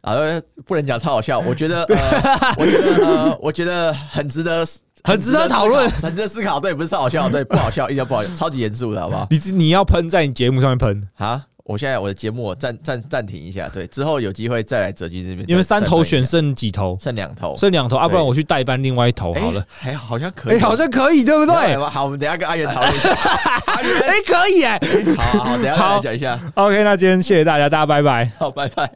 啊，呃不能讲超好笑，*laughs* 我觉得，呃、我觉得，呃，我觉得很值得，很值得讨论思考很值得思考。对，不是超好 *laughs* 笑，对，不好笑，一点都不好笑，超级严肃的，好不好？你你要喷在你节目上面喷，啊，我现在我的节目我暂暂暂停一下，对，之后有机会再来泽军这边。因为再三头选再剩几头喷一，下剩两头，剩两头，啊，不然对我去代班另外一头哎好了。还好像可哎、以，好像可以，对不对？对吧？好，我们等一下跟阿元讨论一下。阿元， *laughs* 哎、可以哎、好好好，等一下再好来讲一下。 OK，那今天谢谢大家，大家拜拜。好，拜拜。